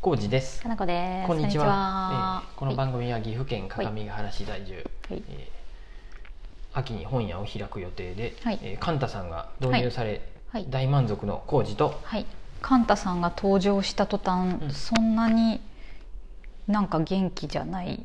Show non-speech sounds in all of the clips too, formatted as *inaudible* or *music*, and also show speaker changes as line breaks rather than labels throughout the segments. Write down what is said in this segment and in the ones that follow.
浩二です
かなこです。
こんにちはえーこの
は
番組は岐阜県各務原市在住、
いはい
えー秋に本屋を開く予定で、
はい
えーカンタさんが導入され、
はい
大満足の浩二
*laughs*
と
はい。カンタさんが登場した途端、
うん
そんなになんか元気じゃない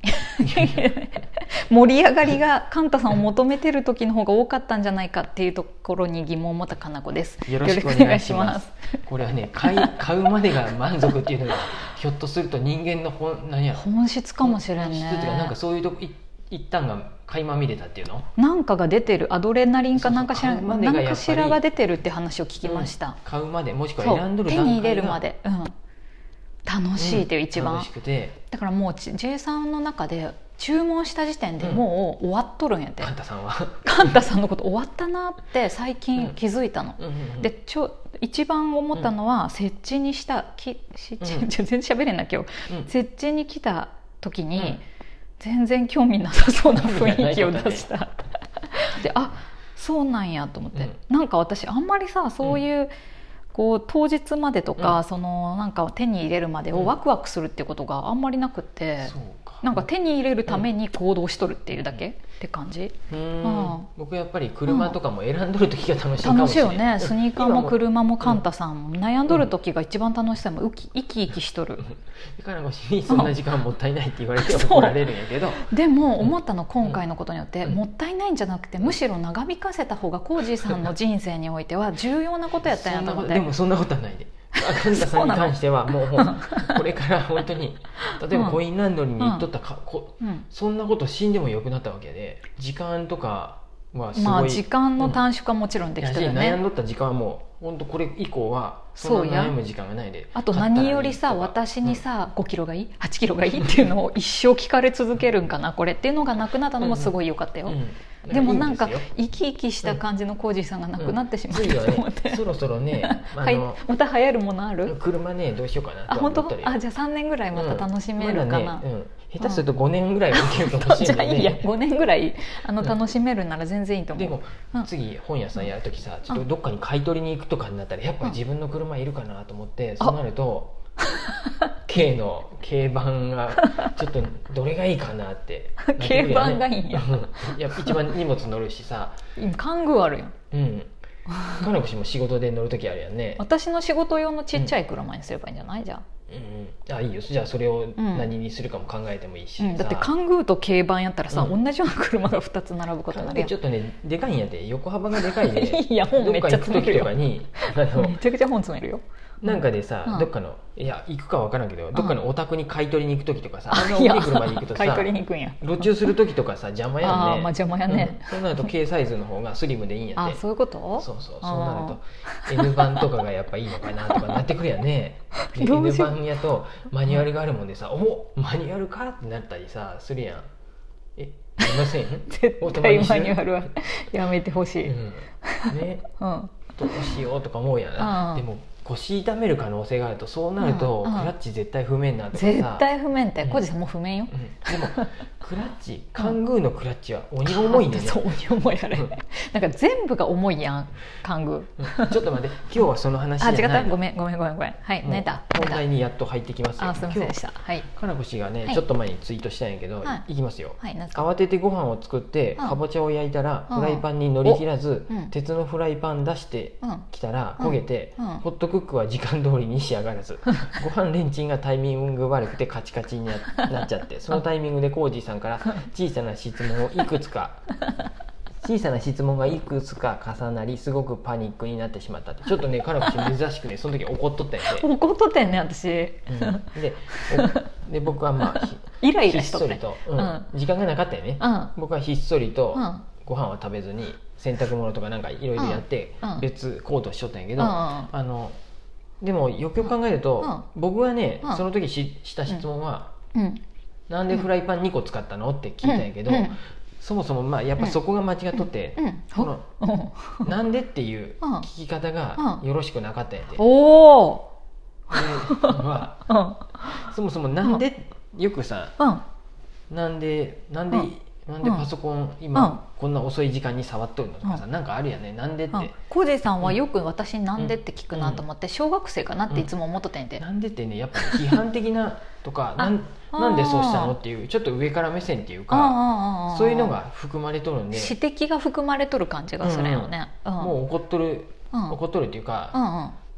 盛り上がりがカンタさんを求めてる時の方が多かったんじゃないかっていうところに疑問を持ったかなこです。
よろしくお願いし
よろ
ま
し
す。これはね買い買うまでが満足っていうのが *laughs* ひょっとすると人間の本何や
くお願いします
ろ
本質かもしれん
本質
ね
っていうかなんかそういうとこい一旦が垣間見れたっていうの
なんかが出てるアドレナリンかなんかしら
そうそう買うまでが
な
やっぱ
ん
り
かしらが出てるって話を聞きました、
買うまでもしく
そ
は選んど
う
る
手
段階が
に入れるまで、うん、楽しいっていう一番、
うん楽しくて
だからもうち J さんの中で注文した時点でもう終わっとるんやて、
カンタさんは、
カンタさんのこと終わったなって最近気づいたの、
うんうんうん
でちょ一番思ったのは設置にしたきし、
うん
全然喋れんな今日
うん
設置に来た時に、
うん
全然興味なさそうな雰囲気
興
を
味ないことね
出した、 *laughs* であそうなんやと思って、
うん
なんか私あんまりさそういう、こう当日までとか、
うん
そのなんか手に入れるまで
う
を
ん
ワクワクするっていうことがあんまりなくて、
そうか
なんか手に入れるために行動しとるっていうだけ、って感じ
う
あ
ー
あ
ん僕はやっぱり車とかも選んどる時が楽しいかも
楽し
し
い
れ
よ
ない
ねスニーカーも
今
車もカンタさんも悩んどる時が一番楽しさもうき生き生きしとる
だからもしそんな時間もったいないって言われて
あそう
怒られるんやけど
で
うん
も思ったの今回のことによって、
うん
もったいないんじゃなくてむしろ長引かせた方がコージーさんの人生においては重要なことやったん
そ
や
ん
と
なこ
思っ
とで
て
もそんなことはないで赤田さんに関してはもうこれから本当に例えばコインランドリーに行っとったか、こ
うん
そんなこと死んでもよくなったわけで時間とかはすごい、
まあ時間の短縮はもちろんでき
や
た
し
よ
悩ん
ね
どった時間はもう本当これ以降は
そ
そ
うんや
な悩む時間がないで
あと何よりさ
買ったらいいとか
私にさ5キロがいい8キロがいいっていうのを一生聞かれ続けるんかなこれっていうのがなくなったのもすごい良かったよ、
うん
でもなんか
いいですよ
生き生きした感じのコージーさんがなくなってしまっ
次
た
は
と思って、
ね、そろそろ
*laughs*
ね、あ
はい
の、
また流行るものある
車ねどうしようかな
あ
とは
本
思って
当
るよ
あじゃあ3年ぐらいまた楽しめるかな、
うんまだねうん、下手すると5年ぐらいは受けるかもし
*laughs* じ
れな
ゃあ
い、ね、
いいや5年ぐらいあの
うん
楽しめるなら全然いいと思う、
でも、
うん
次本屋さんやるときさちょっとどっかに買い取りに行くとかになったらやっぱり自分の車いるかなと思って、そうなると K の軽バン
*laughs*
がちょっとどれがいいかなってなってくるよね
軽バンがいいんや
うんいや一番荷物乗るしさ
今玩具あるよ
うん彼女も仕事で乗るときあるやんね
私の仕事用のちっちゃい車にすればいいんじゃないじゃ
うん、あいいよじゃあそれを何にするかも考えてもいいし、
あ、うんだって
さ
玩具と軽バンやったらさ、
うん
同じような車が2つ並ぶことになる
で
やん
ちょっとねでかいんやで横幅がでかいで
*laughs* いや本
ど
め
っ
っ
か
ちゃ
行く
詰
時
める
と
よ
かにあの
めちゃくちゃ本詰めるよ
なんかでさ、
うん
どっかのいや行くかわからんけどどっかのお宅に買い取りに行く時とかさあの
い
大きい車に行くと
買い
さ
取りに行くんや
路中する時とかさ邪魔やんね
あーまあ邪魔やね
うんそうなると軽サイズの方がスリムでいいんや
あ
で
そういうこと
そうそうそうなると N 版とかがやっぱいいのかなとかなってくるやん
*laughs*
ねで
どう
N
しよう
版やとマニュアルがあるもんでさ「おマニュアルか?」ってなったりさするやんえありませんオー
*laughs* 絶
トマ
対
にす
マ
る
ニュアルはやめてほしい、うん
うんねどうしようとか思うや
う
なんでも腰痛める可能性があるとそうなると
う
ク
んうん
ラッチ絶対不面なとかさ
絶対不面って
うん
コージさんもう不面よ
うんでもクラッチカングーのクラッチは鬼重いんだね
*laughs* そう重いあれ
うん
なんか全部が重いやん玩具
うんちょっと待って今日はその話じゃ
あ
ない
違ったごめんごめんごめんごめんはい
もう
寝た
本
寝
題にやっと入ってきますよ
たあすみません
今
で
日
したはい
かなこ氏がね、
はい
ちょっと前にツイートしたんやけど、
はい
い、きますよ、
はいなんですか
慌ててご飯を作って
うん
かぼちゃを焼いたら
うん
フライパンに乗り切らず、
おうん
鉄のフライパン出して
うん
きたら
うん
焦げて、
うん
ホットクックは時間通りに仕上がら
*laughs*
ずご飯レンチンがタイミング悪くてカチカチにななっちゃってそのタイミングでコージーさん
*laughs*
から小さな質問をいくつか小さな質問がいくつか重なりすごくパニックになってしまったってちょっとね彼女珍しくねその時怒っとったんやで、
怒っとってんね私
うんでおで僕はまあひ
イライ
ひっ
ラしと
そ
って
り
んうん
と、うん時間がなかったよね、
うん
僕はひっそりと
うん
ご飯は食べずに洗濯物とかなんかいろいろやって
うんうん
別行動しとったんやけ
うん
ど、あのでもよくよく考えると、僕はね、
うん
その時しした質問は、
うん
なんでフライパン2個使ったの?」って聞いたんやけど、
うんうん
そもそもまあやっぱそこが間違っとって
うん
「この
うん
なんで?」っていう
うん
聞き方がよろしくなかったんやで。で
おお
まあ
うん
そもそもなんでよくさ
うん
なんでなんで、
うん
なんで
うん
パソコン
うん
今こんな遅い時間に触っとるのとかさ、なんかあるやねなんでって、
あコージーさんはよく私になんでって聞くなと思って小学生かなっていつも思っとってんて、
なんでってねやっぱね批判的なとか
*laughs* あ
なん
あー
なんでそうしたのっていうちょっと上から目線っていう
ああ
か
ああああ
そういうのが含まれとるんで
指摘が含まれとる感じがするよね、うん
もう怒っとる
うん
怒っとるっていう
う
か、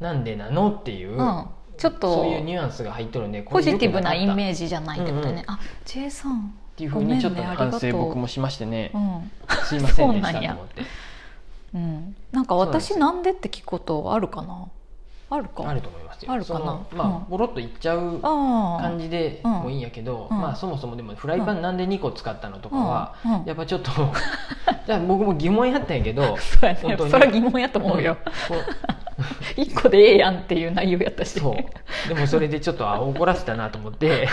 んうん
なんでなのっていう、
うんちょっと
そういうニュアンスが入っとるんで
ポジティブなイ
ージ
メージじゃないってことね、
うんうん
あ J さん
っていうふうにちょっとね
ごめんねあり
反
がとう
省僕もしましてね
う、ん、
すいませんで
そう
し
な
た
んや
と思って
うん、なんか
そ
私
うな
なんでって聞くことあるかなあるか
あると思いますよ
あるかな
そのま
うん
あボロっといっちゃう
ああ
感じで
うん
もいいんやけど、
うん
まあそもそもでもフライパンなんで2個使ったのとかは、
うんうん
やっぱちょっと *laughs* いや僕も疑問やったんやけど
そうやね
本当に
それは疑問やと思うよ一個でええやんっていう内容やったし
そうでもそれでちょっとあ怒らせたなと思って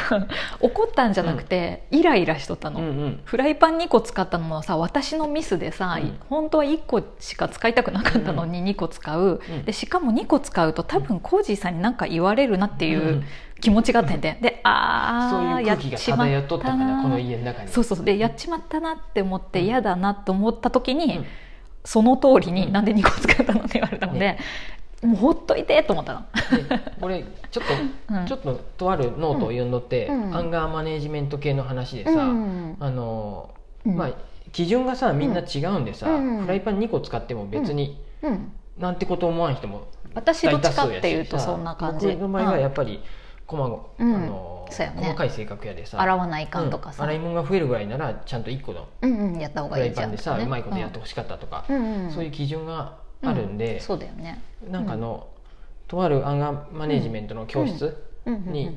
怒ったんじゃなくて、イライラしとった
う
の、
んうん
フライパン2個使ったのもさ私のミスでさ、
うん
本当は1個しか使いたくなかったのに2個使う、
うん
でしかも2個使うと多分コージーさんに何か言われるなってい
うんう
うん気持ちがあったんで、で
そう
ああ
いう空気が漂っとったかなこの家の中に
そうそうでやっちまったなって思って嫌だなと思った時に、
うん
その通りに、
うん
なんで2個使ったのって言われたので、
ね
もうほっといてと思ったの。
でこれちょっと、
うん
ちょっととあるノートを読んどって、
うんうん
アンガーマネジメント系の話でさ、
うん
あの
うん
まあ基準がさみんな違うんでさ、
うん
フライパン2個使っても別に、
うん
なんてこと思わん人も
私どっちかっていう
大多数
と
やし
そんな感じ
僕の場合はやっぱり細,、
うん
あの
そうやね
細かい性格やでさ
うん洗わないかんとか
うん
さ、
洗い物が増えるぐらいならちゃんと1個の
うんうんやった方
フ
が
ラ
いい
イ
じ
パ
ゃん
ンで
と
さ、
かね
うまいことやってほしかったとか、
うんうん
そういう基準があるん
う
で、
そうだよね
なんかの、とあるアンガーマネジメントの教室に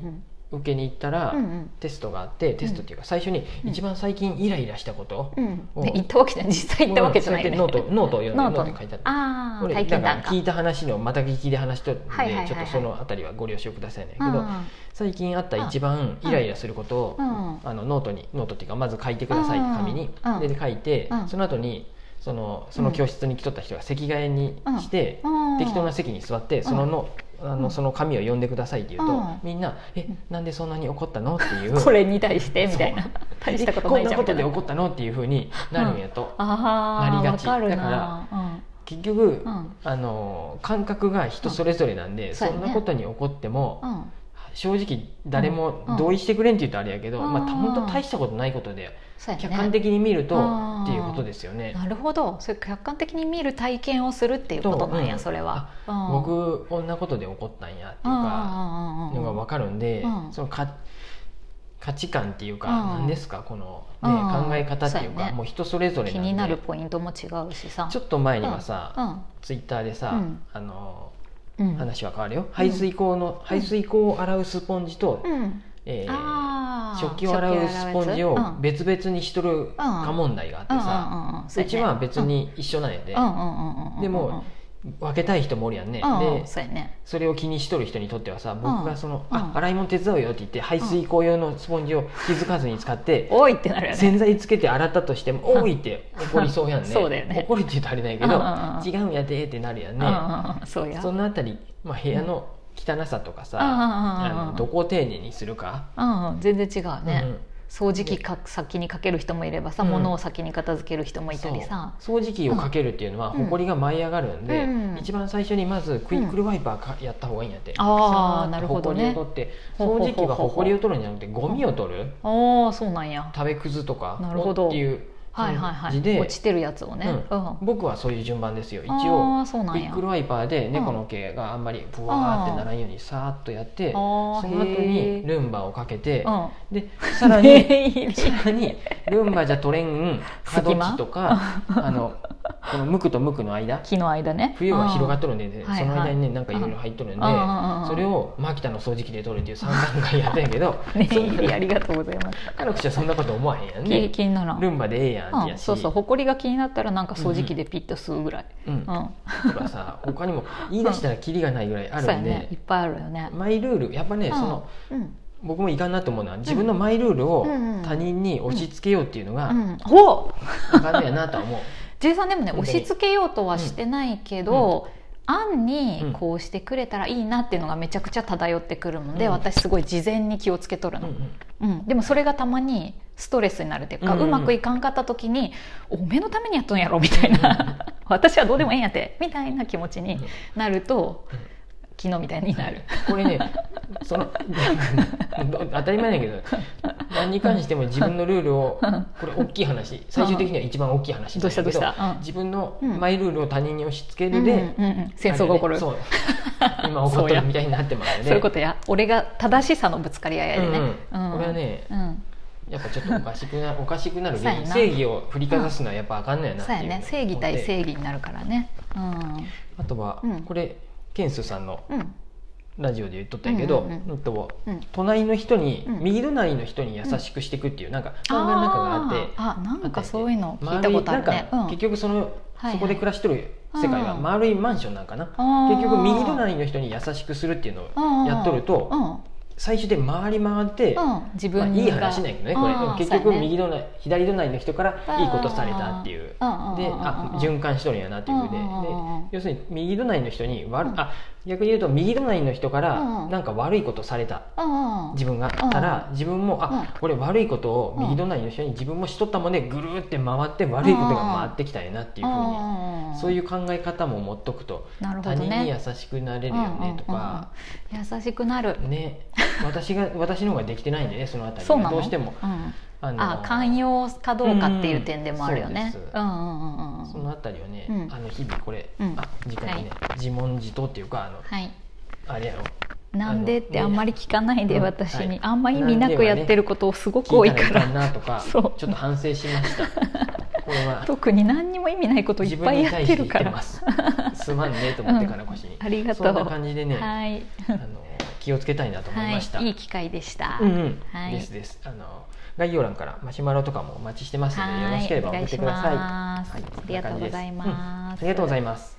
受けに行ったら、
うんうん
テストがあってテストっていうか最初に
うん
一番最近イライラしたこと、
うん
お
で行ったわけじゃない実際行ったわけじゃないよね
そうやってノートノートを読んでノ
ノ
ー
ー
ト
ト
に書いてあって
ああ
俺
体
だ
験
から
談か
聞いた話のまた聞きで話しとるんで、
はいはいはいはい
ちょっとそのあたりはご了承くださいねんやけ
うん
ど、最近あった一番イライラすることを、
うん
あのノートにノートっていうかまず書いてくださいって紙に、
うん
で書いて、
うん
その後にそのその教室に来とった人が席替えにして、
うん
適当な席に座ってそのの、あ
う
の
ん
その紙を読んでくださいって言うと、
うん
みんな「えなんでそんなに怒ったの?」っていう
これに対してみたいな
そう
大したこと
こ
なんいじ
な
ゃん
こ
み
と
た
で
いな
怒ったのっていうふうになるんやと、
ああ
なりが
わ
ち
かる
だ
な
か
うん
結局、
うん
あの感覚が人それぞれなんで、
ん
そ
そうや
ん
ね
なことに怒っても、
うん
正直誰も同意してくれんって言うとあれやけど、
うん
まあ、
あー
本当大したことないことで
そうやね
客観的に見ると
うん
っていうことですよね。
なるほどそういう客観的に見る体験をするっていうことなん
とう
や
ん
それはうん
僕こんなことで怒ったんやっていう
うんうん
か
うんうん
のが分かるんで、
うん
そのか価値観っていうか、
うん
何ですかこの、ね
うん
考え方っていう
そう
か
やね
もう人それぞれ
気
なんで
になるポイントも違うしさ
ちょっと前には
う
さ、
ん
ツイッターでさ、
うん
あの
うん
話は変わるよ、排水口の排水口を洗うスポンジと、
うん
えー
あー
食器を洗うスポンジを
食器洗うやつ
別々にしとるか問題があって
う
さ
んうんうんうん
うちは別に一緒なんやで
うんうんうんうんうんうん
でも分けたい人もおるやんね
うんうん
で
そうやね
それを気にしとる人にとってはさ僕がその「
うん
あ洗い物手伝うよ」って言って排水口用のスポンジを気づかずに使って
多いってなるよね
洗剤つけて洗ったとしても「
うん
多い」って怒りそうやんね
そうだよね
怒るって言うとあれないけ
うんうんうん
ど「違うんやで」ってなるやん
う
ね
んうんうんそうや
そのあたりまあ部屋の汚さとかさ
うんうんうんうんうん
あのどこを丁寧にするか
うんうん全然違うね、
うんうん
掃除機か先にかける人もいればさ、
うん
物を先に片付ける人もいたりさ
そう掃除機をかけるっていうのは、
うん
埃が舞い上がるんで、
うん
一番最初にまずクイックルワイパーか、やった方がいいんやって
あー
さーっと
なるほど
埃
ね
を取って
ほうほ
掃
うほう
除機は埃を取るんじゃなくてゴミを取る、
ああそうなんや
食べくずとか
なるほど
っていう
はいは
感
いは
じで、
い落ちてるやつをね、
う
うん
ん僕はそういう順番ですよ一
あ
応
ーそうな
ク
ん
イ
や
ックルワイパーで猫の毛があんまりブワーってならんようにさーっとやって、
あー
その後
へ
に
ー
ルンバをかけて、
うん
でさらに
*laughs* に
さらにルンバじゃ取れん角地とかあのこのムクとムクの間
木の間ね
冬は広がっ
って
とるんで、ね
はいはい
その間にねなんかいろいろ入っとるんで、
うんうんうん
それをマキタの掃除機で取るっていう3段階やったんやけど
ね
そん
いいありがとうございます
彼女はそんなこと思わへんやん
気
ね
気にならん
ルンバでええやんって
う
や
ん、
し、
そうそう埃が気になったらなんか掃除機でピッと吸うぐらい、
うん
うん
とかさ他にも言い出したらキリがないぐらいあ
そう
る
や
ん
ねい
で
っ、ぱいあるよね、
マイルールやっぱね、
うん
その
うん
僕もいかんなと思うのは自分のマイルールを他人に押し付けようっていうのが
うん、ほう
あかんのやなとは思う。
13でもね押し付けようとはしてないけど、案にこうしてくれたらいいなっていうのがめちゃくちゃ漂ってくるので、
うん
私すごい事前に気をつけとる
うん
の
う、ん
うんでもそれがたまにストレスになるというか、
う
うん
うん
まくいかんかった時におめえのためにやっとんやろみたいな私はどうでもええんやてみたいな気持ちになると
うん
昨日みたいになる。
これねその *laughs* ど当たり前だけど何に関しても自分のルールを
うん
これ大きい話最終的には一番大きい話なんだけ
どうしたどうしたうん
自分の
うん
マイルールを他人に押し付け
う
る
んう
で、
んうん、戦争が起こる、
あれね
そ
そうう今起こっ
そう
て
や
るみたいになってますよね
いうことや俺が正しさのぶつかり合いやでね、
うんうんこれはね
うん
やっぱちょっとおかしくなおかしくなる
そうやな
正義を振りかざすのはやっぱあかんのやなっ
そ
て
う
いう
やね正義対正義になるからねう
あとは、
うん
これケンスさんの
んうん
ラジオで言っとったんやけど、
うんうんうん
うんと
うん
隣の人に、
うん
右隣の人に優しくしていくっていうなんか考えの中があって
あーあなんかそういうの
丸
聞いたことある
な
ね
んか、結局その、
はい
そこで暮らしとる世界は
うん
丸いマンションなんかな、結
結
局右隣の人に優しくするっていうのをやっとると、
う
最終的に回り回って、
んうん、自
まあ、
分が
いい話なんやけどねこれ、
うん
結
そう
局
やね
右隣、左隣の人からいいことされたっていう。
うんうんうんうん
であ
うん
循環しとるんやなっていうふうでで
うんうんうんうん
要するに右隣の人に悪、
うん
あ逆に言うと右隣の人か
うん
ら
うん
なんか悪いことされた
うんうん
自分が
うん
たら自分もあ
うん
これ悪いことを
うん
右隣の人に自分もしとったもんでぐるーって回って悪いことが回ってきたんやなっていうふうに
んんん
そういう考え方も持っとくと
なるほ
他
ど
人に優
ね
しくなれるよねとか
うんうんうん優しくなる
ね私が私の方ができてないんでねそのあたり
そうな
が
の
どうしても
うん
あの
あ寛容かどうかっていう点でもあるよね
うんそうです
うんうんうんうん
そのあたりをね、
うん
あの日々これ、
うん
あ時間にね、自問自答っていうかあの
はい
あれやろ
なんでってあんまり聞かないで
うん
私
は
に
い
あんま意味なくやってることをすごく多
聞い
い
たらい
か
かん
ら
なとかち
そ
ょ
う
っと反省しました
*laughs*
これは
特に何にも意味ないことい
自
っぱ
分
い
に
やっ
対
て
して言
る
っ
か
て
ら
ますすまんねと思ってから腰に、
ありがとう
そんな感じでね、
はい
あの気をつけたいなと思いました、
はい、いい機会でした。
うんうん
はい
ですですあの概要欄からマシュマロとかもお待ちしてますのでよろしけ
はい、
れ
お
ば送
願
っ
い
て
し
ください
ます。
はい
ありがとうございま
あ
す。
りがとうござ
い
います